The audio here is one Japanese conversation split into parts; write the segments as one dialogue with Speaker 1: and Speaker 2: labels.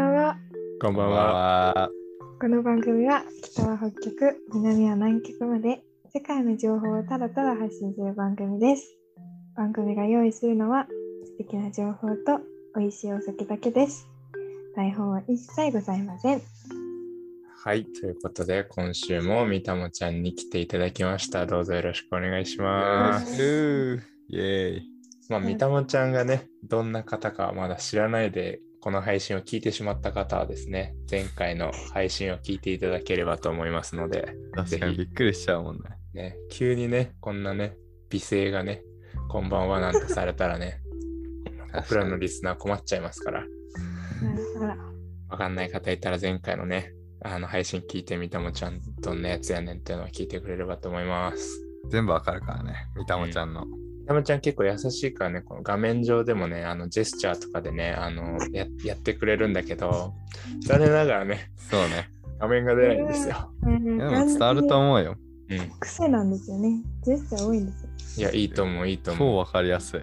Speaker 1: こんばん
Speaker 2: こんばん
Speaker 1: は。
Speaker 2: は。
Speaker 3: この番組は北は北極、南は南極まで世界の情報をただただ発信する番組です。番組が用意するのは素敵な情報と美味しいお酒だけです。台本は一切ございません。
Speaker 2: はい、ということで、今週もみたもちゃんに来ていただきました。どうぞよろしくお願いしま
Speaker 3: は
Speaker 2: す。
Speaker 3: い
Speaker 1: ふうイェーイ。
Speaker 2: まあ、みたもちゃんがね、どんな方かまだ知らないで、この配信を聞いてしまった方はですね、前回の配信を聞いていただければと思いますので、
Speaker 1: 確かにびっくりしちゃうもんね。
Speaker 2: ね、急にね、こんなね、美声がね、こんばんはなんてされたら ね、僕らのリスナー困っちゃいますから、
Speaker 3: なるほど。
Speaker 2: わかんない方いたら前回のね、あの配信聞いてみたもちゃんどんなやつやねんっていうのを聞いてくれればと思います。
Speaker 1: 全部わかるからね。みたもちゃんの。
Speaker 2: みたもちゃん結構優しいからね、この画面上でもね、あのジェスチャーとかでね、あのややってくれるんだけど、残念ながらね、
Speaker 1: そうね。
Speaker 2: 画面が出ないんですよ。
Speaker 1: でも伝わると思うよ。
Speaker 2: うん。い
Speaker 3: 癖なんですよね。ジェスチャー多いんですよ。
Speaker 2: や、いいと思う、いいと
Speaker 1: 超
Speaker 2: 思う。
Speaker 1: わかりやすい。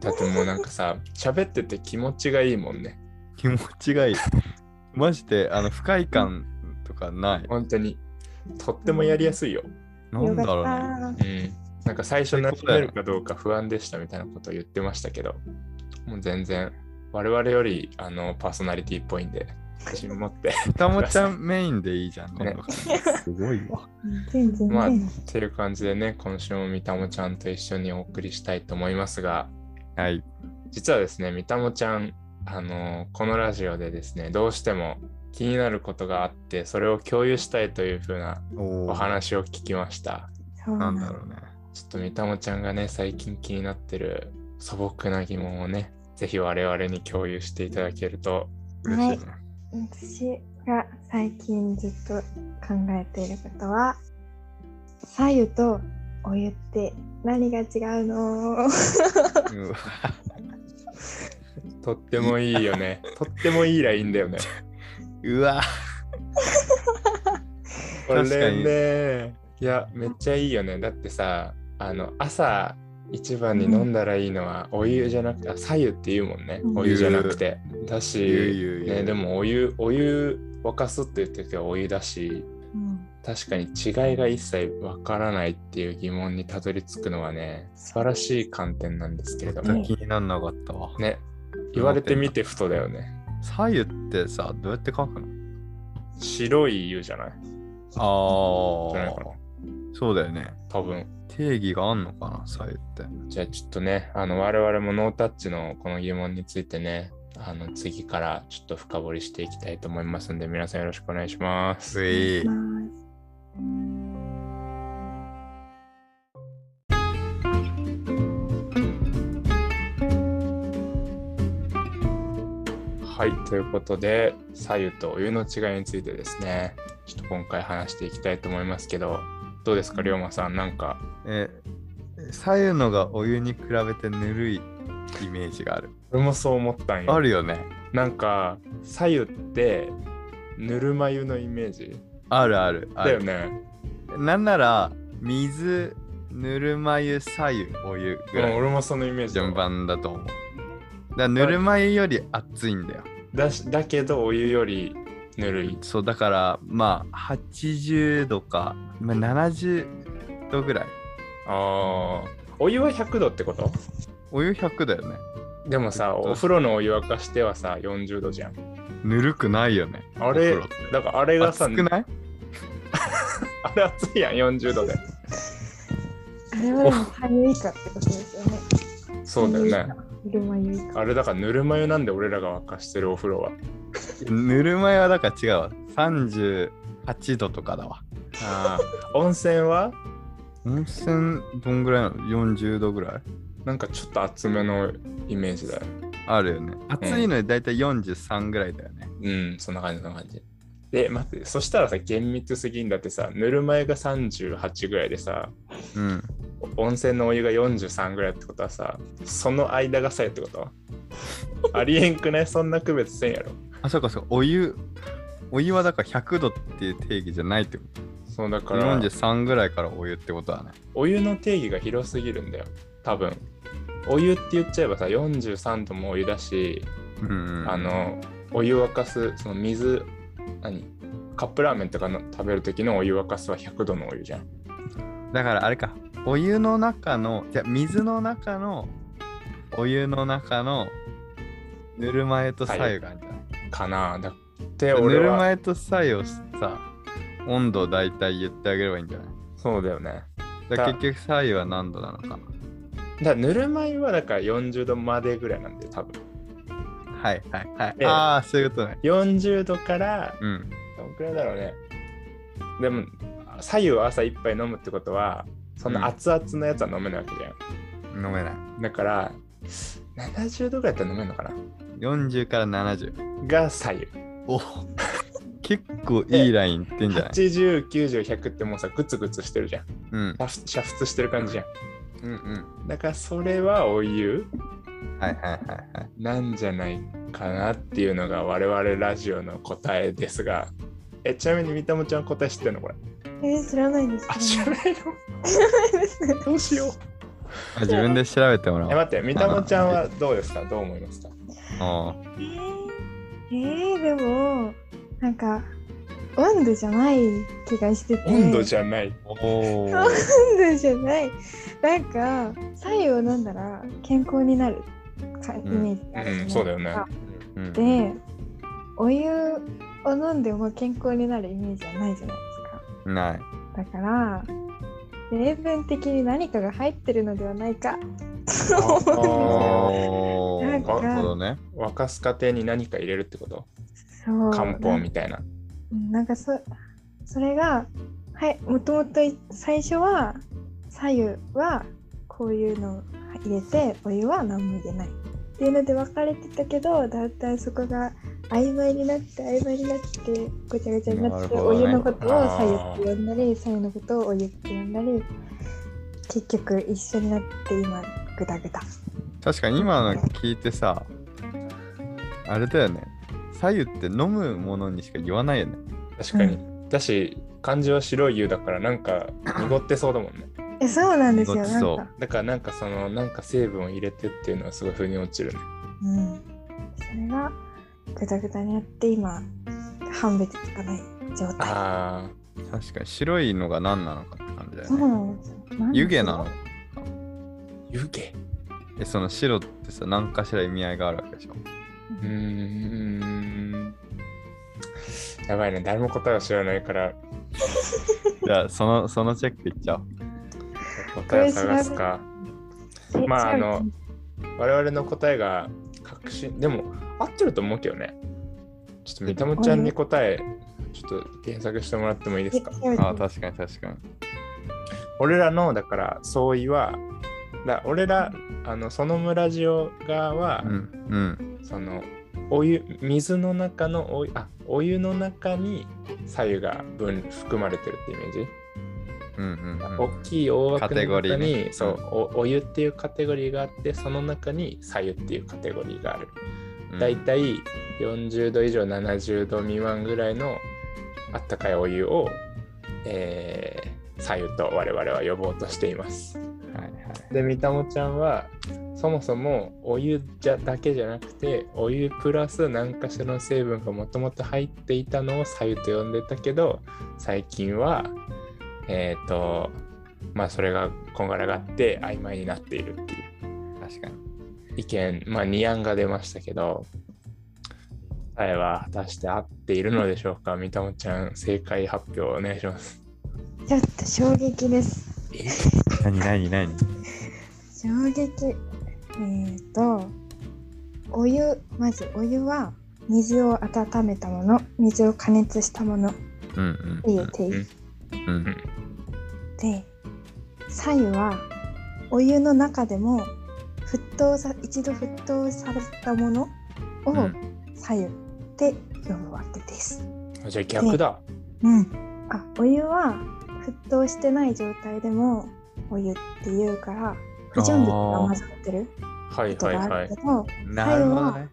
Speaker 2: だってもうなんかさ、喋ってて気持ちがいいもんね。
Speaker 1: 気持ちがいい。マジで、あの、不快感とかない。
Speaker 2: 本当に。とってもやりやすいよ。
Speaker 1: なんだろ
Speaker 3: よ
Speaker 1: うね。
Speaker 3: かっ
Speaker 2: うん。なんか最初馴染めるかどうか不安でしたみたいなことを言ってましたけど、もう全然、我々よりあのパーソナリティっぽいんで、自信持って。
Speaker 1: みたもちゃんメインでいいじゃん、今度から。すごいわ。
Speaker 3: たうん全然
Speaker 2: まあ
Speaker 3: 全然。
Speaker 2: っていう感じでね、今週もみたもちゃんと一緒にお送りしたいと思いますが、
Speaker 1: はい。
Speaker 2: 実はですね、みたもちゃん、あのこのラジオでですね、どうしても気になることがあって、それを共有したいというふうな
Speaker 1: お
Speaker 2: お
Speaker 1: ー
Speaker 2: 話を聞きました。
Speaker 3: そう
Speaker 1: な
Speaker 3: なんん
Speaker 1: だ
Speaker 3: だ
Speaker 1: ろうね。
Speaker 2: ちょっとみたもちゃんがね、最近気になってる素朴な疑問をね、ぜひ我々に共有していただけると、
Speaker 1: 嬉しいね。
Speaker 3: 私が最近ずっと考えていることは白湯とお湯って何が違うの
Speaker 1: うわ
Speaker 2: とってもいいよね。とってもいいラインだよね。
Speaker 1: うわ。
Speaker 2: こ
Speaker 1: 確か
Speaker 2: れ
Speaker 1: に
Speaker 2: ね、いや、めっちゃいいよね。だってさ、あの、朝一番に飲んだらいいのは、お湯じゃなくて、あ左右って言うもんね
Speaker 3: う。ん
Speaker 2: お湯じゃなくて。だ
Speaker 1: 言う
Speaker 2: し、
Speaker 1: 言う言う
Speaker 2: ね、でもお湯、お湯沸かすって言ってるけど、お湯だし、
Speaker 3: うん
Speaker 2: 確かに違いが一切わからないっていう疑問にたどり着くのはね素晴らしい観点なんですけれども
Speaker 1: 気になんなかったわ。
Speaker 2: ね言われてみてふとだよね
Speaker 1: 左右ってさ、どうやって書くの
Speaker 2: 白い湯じゃない
Speaker 1: あ
Speaker 2: じゃない
Speaker 1: あ
Speaker 2: かな。
Speaker 1: そうだよね。
Speaker 2: 多分
Speaker 1: 定義があんのかな、左右って。
Speaker 2: じゃあちょっとねあの我々もノータッチのこの疑問についてねあの次からちょっと深掘りしていきたいと思いますんで皆さんよろしくお願いします
Speaker 1: うい
Speaker 3: まあ
Speaker 2: はいということで左右とお湯の違いについてですねちょっと今回話していきたいと思いますけどどうですか龍馬さんなんか
Speaker 1: え左右のがお湯に比べてぬるいイメージがある。
Speaker 2: 俺もそう思ったんよ
Speaker 1: あるよね。
Speaker 2: なんか左右ってぬるま湯のイメージ
Speaker 1: あるある。あ
Speaker 2: だよ
Speaker 1: る
Speaker 2: ね。
Speaker 1: なんなら、水、ぬるま湯、左右、お湯
Speaker 2: う
Speaker 1: ぐ
Speaker 2: ん
Speaker 1: らいの
Speaker 2: 俺もそのイメージだわ
Speaker 1: 順番だと思う。だからぬるま湯より熱いんだよ。
Speaker 2: だしだけどお湯よりぬるい。
Speaker 1: そうだからまあ80度か、まあ、70度ぐらい。
Speaker 2: ああ。お湯は100度ってこと
Speaker 1: お湯100だよね。
Speaker 2: でもさ、お風呂のお湯沸かしてはさ、40度じゃん。
Speaker 1: ぬるくないよね。
Speaker 2: あ
Speaker 1: お風
Speaker 2: れ
Speaker 1: 呂って、
Speaker 2: だからあれがさ、
Speaker 1: 熱くない
Speaker 2: あれ熱いやん、40度で。
Speaker 3: あれはでも白湯以下ってことですよね。
Speaker 2: そうだよね。
Speaker 3: 昼間湯以下。
Speaker 2: あれだからぬるま湯なんで俺らが沸かしてるお風呂は。
Speaker 1: ぬるま湯はだから違うわ。38度とかだわ。
Speaker 2: ああ。温泉は
Speaker 1: 温泉どんぐらいなの ?40 度ぐらい
Speaker 2: なんかちょっと厚めのイメージだよ。
Speaker 1: あるよね。暑いのにだいたい43ぐらいだよね。
Speaker 2: うん、そんな感じ、そんな感じ。で、待って、そしたらさ、厳密すぎんだってさ、ぬるま湯が38ぐらいでさ、
Speaker 1: うん。
Speaker 2: 温泉のお湯が43ぐらいってことはさ、その間がさやってことありえんくないそんな区別せんやろ。
Speaker 1: あ、そうかそうか。お湯、お湯はだから100度っていう定義じゃないってこ
Speaker 2: そうだか
Speaker 1: と。
Speaker 2: ら、
Speaker 1: 43ぐらいからお湯ってことだね。
Speaker 2: お湯の定義が広すぎるんだよ、多分。お湯って言っちゃえばさ、43度もお湯だし、
Speaker 1: うん。
Speaker 2: あ、の、お湯沸かす、その水何カップラーメンとかの食べる時のお湯沸かすは100度のお湯じゃん。
Speaker 1: だからあれか、お湯の中の、じゃ水の中の、お湯の中の、ぬるま湯と左右があるじゃん。
Speaker 2: かなだって
Speaker 1: ぬ
Speaker 2: 俺
Speaker 1: る
Speaker 2: は
Speaker 1: ま湯と左右をさ、温度大体言ってあげればいいんじゃない
Speaker 2: そうだよね。
Speaker 1: だから
Speaker 2: だ
Speaker 1: 結局左右は何度なのかな
Speaker 2: だからぬるま湯はだから40度までぐらいなんだよ多分。
Speaker 1: はいはいはい。
Speaker 2: ええ
Speaker 1: ああ、そういうことね。
Speaker 2: 40度から
Speaker 1: うん。
Speaker 2: どんくらいだろうね。でも左右朝一杯飲むってことはそんな熱々のやつは飲めないわけじゃん。
Speaker 1: 飲めない。
Speaker 2: だから70度ぐらいだったら飲めるのかな
Speaker 1: 40から70。
Speaker 2: が左右。
Speaker 1: お結構いいラインいってんじゃない
Speaker 2: 80、90、100ってもうさ、グツグツしてるじゃん。
Speaker 1: うん。
Speaker 2: 煮沸煮沸してる感じじゃん。
Speaker 1: うんうん。
Speaker 2: だからそれはお湯
Speaker 1: はいはいはいはい。
Speaker 2: なんじゃないかなっていうのが我々ラジオの答えですが。え、ちなみにみたもちゃん答え知ってんのこれ。
Speaker 3: えー、知らないです。
Speaker 2: あ、知ら
Speaker 3: 知
Speaker 2: ない
Speaker 3: らないです。
Speaker 2: のどうしよう。
Speaker 1: あ自分で調べてもら
Speaker 2: え、
Speaker 1: おう。
Speaker 2: 待って、みたもちゃんはどうですかどう思いますか
Speaker 1: おー
Speaker 3: えー、えー、でも、なんか、温度じゃない気がしてて。
Speaker 2: 温度じゃない。
Speaker 1: おー。
Speaker 3: 温度じゃない。なんか、左右を飲んだら健康になるかイ
Speaker 1: ん
Speaker 3: メージがあるじゃないですか
Speaker 2: うんそうだよね
Speaker 1: うん
Speaker 3: で、お湯を飲んでも健康になるイメージはないじゃないです
Speaker 1: ない。
Speaker 3: か。だから、成分的に何かが入ってるのではないか。
Speaker 1: おー。
Speaker 3: なんか
Speaker 1: なるほどね。
Speaker 2: 沸かす過程に何か入れるってこと
Speaker 3: そう
Speaker 2: 漢方みたいな。
Speaker 3: うんなんかそそれがはいもともとい最初は左右はこういうのを入れてお湯は何も入れないっていうので分かれてたけどだんだんそこが曖昧になって曖昧になってごちゃごちゃになって
Speaker 1: なるほ
Speaker 3: お
Speaker 1: どね
Speaker 3: 湯のことを左右
Speaker 2: あ
Speaker 3: っ
Speaker 2: ー
Speaker 3: て呼んだり左右のことをお湯って呼んだり結局一緒になって今グダグダ
Speaker 1: 確かに今の聞いてさ、あれだよね。左右って飲むものにしか言わないよね。
Speaker 2: 確かに。だし、漢字は白い湯だからなんか濁ってそうだもんね。
Speaker 3: えそうなんですよ
Speaker 1: ごち
Speaker 3: なん
Speaker 1: そう
Speaker 3: か
Speaker 2: だからなんかそのなんか成分を入れてっていうのはすごい腑に落ちるね。
Speaker 3: うん、それがぐだぐだになって今判別つかない状態
Speaker 2: あ
Speaker 1: 確かに白いのが何なのかって感じだよ
Speaker 3: そう
Speaker 1: ね。
Speaker 3: なんですよなんで
Speaker 1: 湯気なの
Speaker 2: あ、湯気
Speaker 1: え、その白ってさ、何かしら意味合いがあるわけでしょ。
Speaker 2: うーん。やばいね、誰も答えを知らないから
Speaker 1: じゃあ、その、そのチェックいっちゃおう。
Speaker 2: 答えを探すか。
Speaker 3: え
Speaker 2: まあ
Speaker 3: 違う
Speaker 2: あの我々の答えが確信、でも合ってると思うけどね。ちょっとみたもちゃんに答え、ちょっと検索してもらってもいいですか。
Speaker 3: え違う
Speaker 1: ああ、確かに確かに。
Speaker 2: 俺らのだから相違は、だ俺ら、あのその村ジオ側は、
Speaker 1: うん。うん。
Speaker 2: そのお湯水の中のお湯あお湯の中に左右が分含まれてるってイメージ、
Speaker 1: うんうん、うん。
Speaker 2: 大きい大枠
Speaker 1: カテ
Speaker 2: の
Speaker 1: ゴリ
Speaker 2: 中
Speaker 1: ー
Speaker 2: に、
Speaker 1: ね
Speaker 2: そうおお湯っていうカテゴリーがあってその中に左右っていうカテゴリーがある、
Speaker 1: うん
Speaker 2: だいたい40度以上70度未満ぐらいのあったかいお湯を、えー左右と我々は呼ぼうとしています
Speaker 1: はいはい。
Speaker 2: でみたもちゃんはそもそもお湯じゃだけじゃなくてお湯プラス何かしらの成分がもともと入っていたのを左右と呼んでたけど最近はえっ、とまあそれがこんがらがって曖昧になっているっていう
Speaker 1: 確かに。
Speaker 2: 意見まあ2案が出ましたけど答えは果たして合っているのでしょうかみたもちゃん正解発表お願いします。
Speaker 3: ちょっと衝撃です
Speaker 1: 何何何
Speaker 3: 衝撃えー、とお湯まずお湯は水を温めたもの水を加熱したもの
Speaker 1: うんうん
Speaker 3: 入れていっ
Speaker 1: うん。
Speaker 3: て左右はお湯の中でも沸騰さ一度沸騰されたものを、
Speaker 1: うん
Speaker 3: 左右で呼ぶわけです。
Speaker 2: あじゃあ逆だ。
Speaker 3: うん、あお湯は沸騰してない状態でもお湯っていうから不純物が混ざってる
Speaker 2: は
Speaker 3: こ
Speaker 2: い
Speaker 3: と
Speaker 2: はい
Speaker 3: があ
Speaker 2: は
Speaker 3: る
Speaker 2: い
Speaker 3: け。ど
Speaker 1: なるほどね。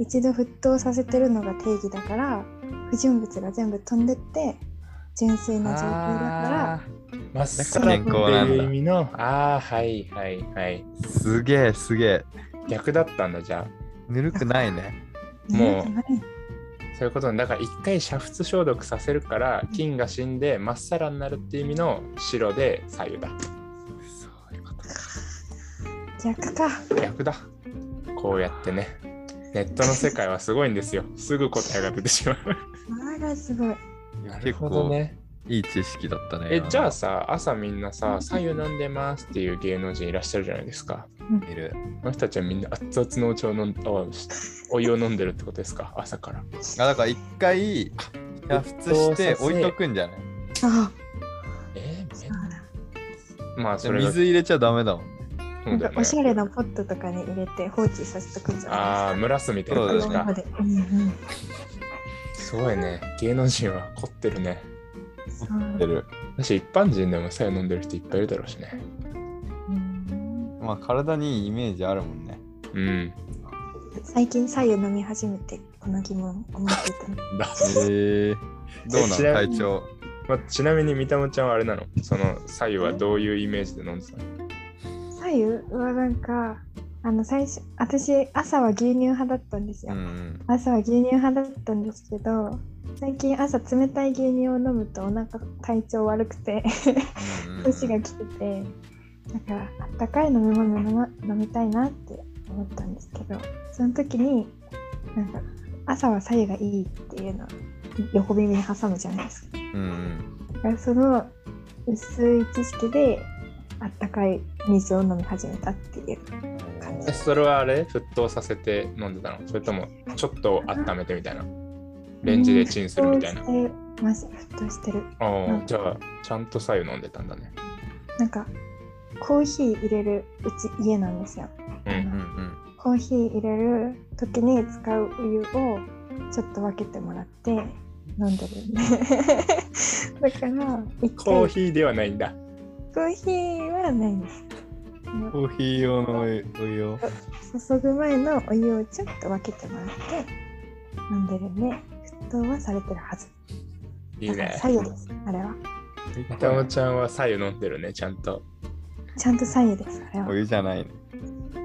Speaker 3: 一度沸騰させてるのが定義だから不純物が全部飛んでって純粋な状態だから
Speaker 1: あ
Speaker 2: まっさらっていう意味の、ああ、はいはいはい。
Speaker 1: ーすげえすげえ。
Speaker 2: 逆だったんだ、じゃあ。
Speaker 1: ぬるくないね。
Speaker 2: もう
Speaker 3: ぬるくない
Speaker 2: そういうことなんだから一回煮沸消毒させるから菌が死んでまっさらになるっていう意味の白で左右だ
Speaker 1: そういうこと。
Speaker 3: 逆か。
Speaker 2: 逆だこうやってねネットの世界はすごいんですよすぐ答えが出てしまう
Speaker 3: あらすごい。
Speaker 1: 結構、いい知識だったね。
Speaker 2: え
Speaker 1: 今の
Speaker 2: じゃあさ朝みんなさ左右飲んでますっていう芸能人いらっしゃるじゃないですか
Speaker 1: いる。
Speaker 2: あの人たちはみんな熱々のお茶を飲んあおしお湯を飲んでるってことですか朝から
Speaker 1: あだから一回、煮沸して置いとくんじゃない
Speaker 3: あ
Speaker 2: え
Speaker 3: あ、そ
Speaker 2: ー
Speaker 3: うだ。
Speaker 2: めまあそれが
Speaker 1: 水入れちゃダメだもんね。
Speaker 2: そ
Speaker 3: な
Speaker 2: うんだ
Speaker 3: か
Speaker 2: よ
Speaker 3: おしゃ
Speaker 2: ね
Speaker 3: れなポットとかに入れて放置させとくんじゃ
Speaker 2: あ
Speaker 3: な
Speaker 2: あ
Speaker 3: い
Speaker 2: 蒸らすみたいな感
Speaker 3: で
Speaker 2: じ
Speaker 3: す
Speaker 1: ー
Speaker 3: か。
Speaker 2: か
Speaker 3: で。うんうん。
Speaker 2: すごいね芸能人は凝ってるね
Speaker 3: そう
Speaker 1: 出る。
Speaker 2: 私一般人でもさえ飲んでる人いっぱいいるだろうしね
Speaker 3: うん
Speaker 1: まあ体にいいイメージあるもんね。
Speaker 2: うん
Speaker 3: 最近左右飲み始めてこの疑問思ってたの。
Speaker 2: だ、
Speaker 1: えー、どうなの
Speaker 2: ちなみ
Speaker 1: 体
Speaker 2: に
Speaker 1: 調。
Speaker 2: まあ、ちなみに三田もちゃんはあれなのその左右はどういうイメージで飲んでたの
Speaker 3: 左右はなんかあの最初私朝は牛乳派だったんです
Speaker 1: う
Speaker 3: よ、
Speaker 1: ん
Speaker 3: 朝は牛乳派だったんですけど最近朝冷たい牛乳を飲むとお腹体調悪くて
Speaker 1: うん。うん
Speaker 3: 年が来ててだからあったかい飲み物飲,、ま、飲みたいなって思ったんですけどその時になんか朝は左右がいいっていうのを横耳に挟むじゃないですか
Speaker 1: うん
Speaker 3: だからその薄い知識であったかい水を飲み始めたっていう感じ
Speaker 2: えそれはあれ沸騰させて飲んでたのそれともちょっと温めてみたいなレンジでチンするみたいな
Speaker 3: 沸騰してます沸騰してる
Speaker 2: あ
Speaker 3: なん
Speaker 2: ー
Speaker 3: か
Speaker 2: じゃあちゃんと左右飲んでたんだね
Speaker 3: なんかコーヒー入れるうち家なんですよ
Speaker 2: う
Speaker 1: うんん
Speaker 3: コーヒー入れる時に使うお湯をちょっと分けてもらって飲んでるんで だから一回
Speaker 2: コーヒーではないんだ
Speaker 3: コーヒーはないんです
Speaker 1: うん。コーヒー用のお湯を。
Speaker 3: 注ぐ前のお湯をちょっと分けてもらって飲んでるんで沸騰はされてるはず
Speaker 2: いい
Speaker 3: だから
Speaker 2: ね
Speaker 3: 左右ですあれは
Speaker 2: 三田もちゃんは左右飲んでるねちゃんと
Speaker 3: ちゃんと左右ですあれは
Speaker 1: お湯じゃないね。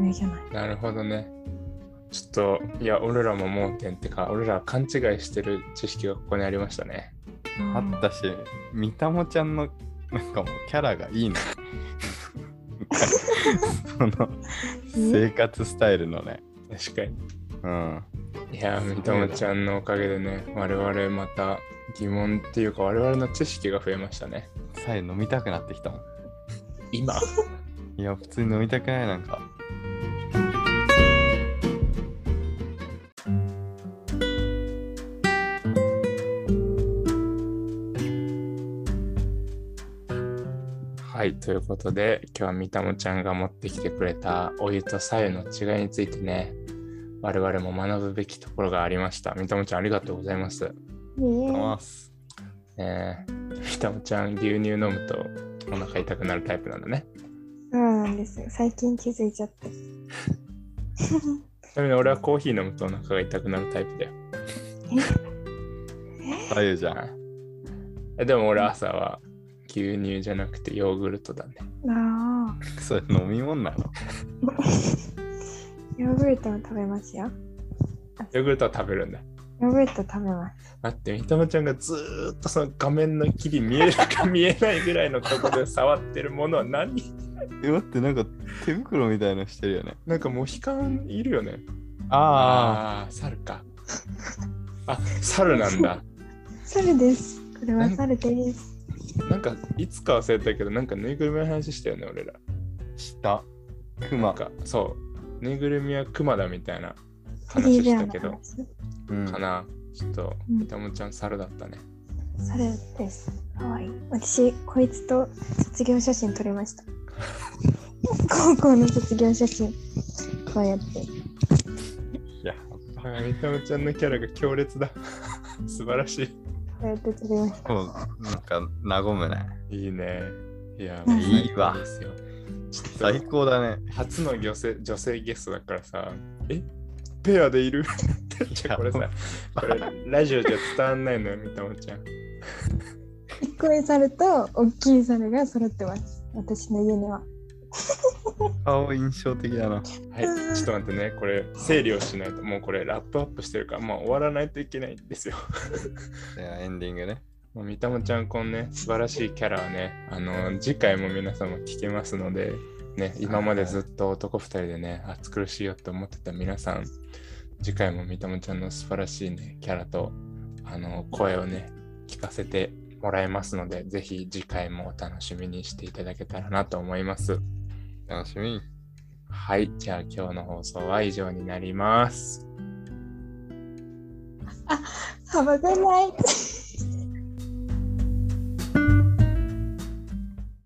Speaker 3: 上じゃない
Speaker 2: なるほどねちょっといや俺らも盲点ってか俺ら勘違いしてる知識がここにありましたね
Speaker 1: あったし、みたもちゃんのなんかもうキャラがいいね。その生活スタイルのね。
Speaker 2: 確かに
Speaker 1: うん。
Speaker 2: いやー、三友ちゃんのおかげでね、我々また疑問っていうか、我々の知識が増えましたね。
Speaker 1: さえ飲みたくなってきたもん。
Speaker 2: 今
Speaker 1: いや、普通に飲みたくないなんか。
Speaker 2: はい、ということで、今日は三友ちゃんが持ってきてくれたお湯と左右の違いについてね、我々も学ぶべきところがありました。三友ちゃん、ありがとうございます。
Speaker 3: いい
Speaker 1: 飲み
Speaker 3: え
Speaker 1: ます。
Speaker 2: ねえ三友ちゃん、牛乳飲むとお腹痛くなるタイプなんだね。
Speaker 3: そうなんですよ。最近気づいちゃって。
Speaker 2: ちなみに俺はコーヒー飲むとお腹が痛くなるタイプだよ。
Speaker 1: 左右じゃん。
Speaker 2: えでも俺朝は牛乳じゃなくてヨーグルトだね。
Speaker 3: ああ、
Speaker 1: それ飲み物なの
Speaker 3: ヨーグルトも食べますよ。
Speaker 2: ヨーグルトは食べるんだ。
Speaker 3: ヨーグルト食べます。
Speaker 2: 待って、三笘ちゃんがずーっとその画面の霧見えるか見えないぐらいのとこで触ってるものは何
Speaker 1: え、待って、なんか手袋みたいのしてるよね。
Speaker 2: なんかモヒカンいるよね。
Speaker 1: あ
Speaker 2: ああ、猿か。 あ、猿なんだ。
Speaker 3: 猿です。これは猿です。
Speaker 2: なんかいつか忘れたけど、なんかぬいぐるみの話したよね、俺ら。
Speaker 1: あ、した。ク
Speaker 2: な
Speaker 1: マ
Speaker 2: ん。かそう、ぬいぐるみはクマだみたいな
Speaker 3: リー
Speaker 2: 話
Speaker 3: ベ
Speaker 2: し
Speaker 3: ア
Speaker 2: た
Speaker 3: の
Speaker 2: けど、
Speaker 3: 話
Speaker 1: うん
Speaker 2: かな。ちょっと
Speaker 3: うん
Speaker 2: 三笘ちゃん猿だったね。
Speaker 3: 猿です。かわいい。私、こいつと卒業写真撮りました。高校の卒業写真。こうやって。
Speaker 1: いや、
Speaker 2: あー三笘ちゃんのキャラが強烈 だ。素晴らし
Speaker 3: こうやって撮りました。
Speaker 1: もうなんか和むね。
Speaker 2: い。いいね。いや、
Speaker 3: うん
Speaker 1: いいわ
Speaker 2: 最高ですよちょっと
Speaker 1: 最高だね。
Speaker 2: 初の女性女性ゲストだからさ、えペアでいる じゃあこれさ、これラジオじゃ伝わんないのよ、みたもちゃん。
Speaker 3: ちっこい猿と大きい猿が揃ってます。私の家には。
Speaker 1: 顔印象的だな。
Speaker 2: はい、ちょっと待ってね、これ整理をしないと、もうこれラップアップしてるから、まあ終わらないといけないんですよ。
Speaker 1: じゃあエンディングね。
Speaker 2: もう三田もちゃんこんね、素晴らしいキャラはね、あの、次回も皆様聞けますので、ね、今までずっと男二人でね、暑苦しいよって思ってた皆さん、次回も三田もちゃんの素晴らしいね、キャラと、あの、声をね、聞かせてもらえますので、ぜひ次回もお楽しみにしていただけたらなと思います。
Speaker 1: 楽しみ。
Speaker 2: はい、じゃあ今日の放送は以上になります。
Speaker 3: Have a good night.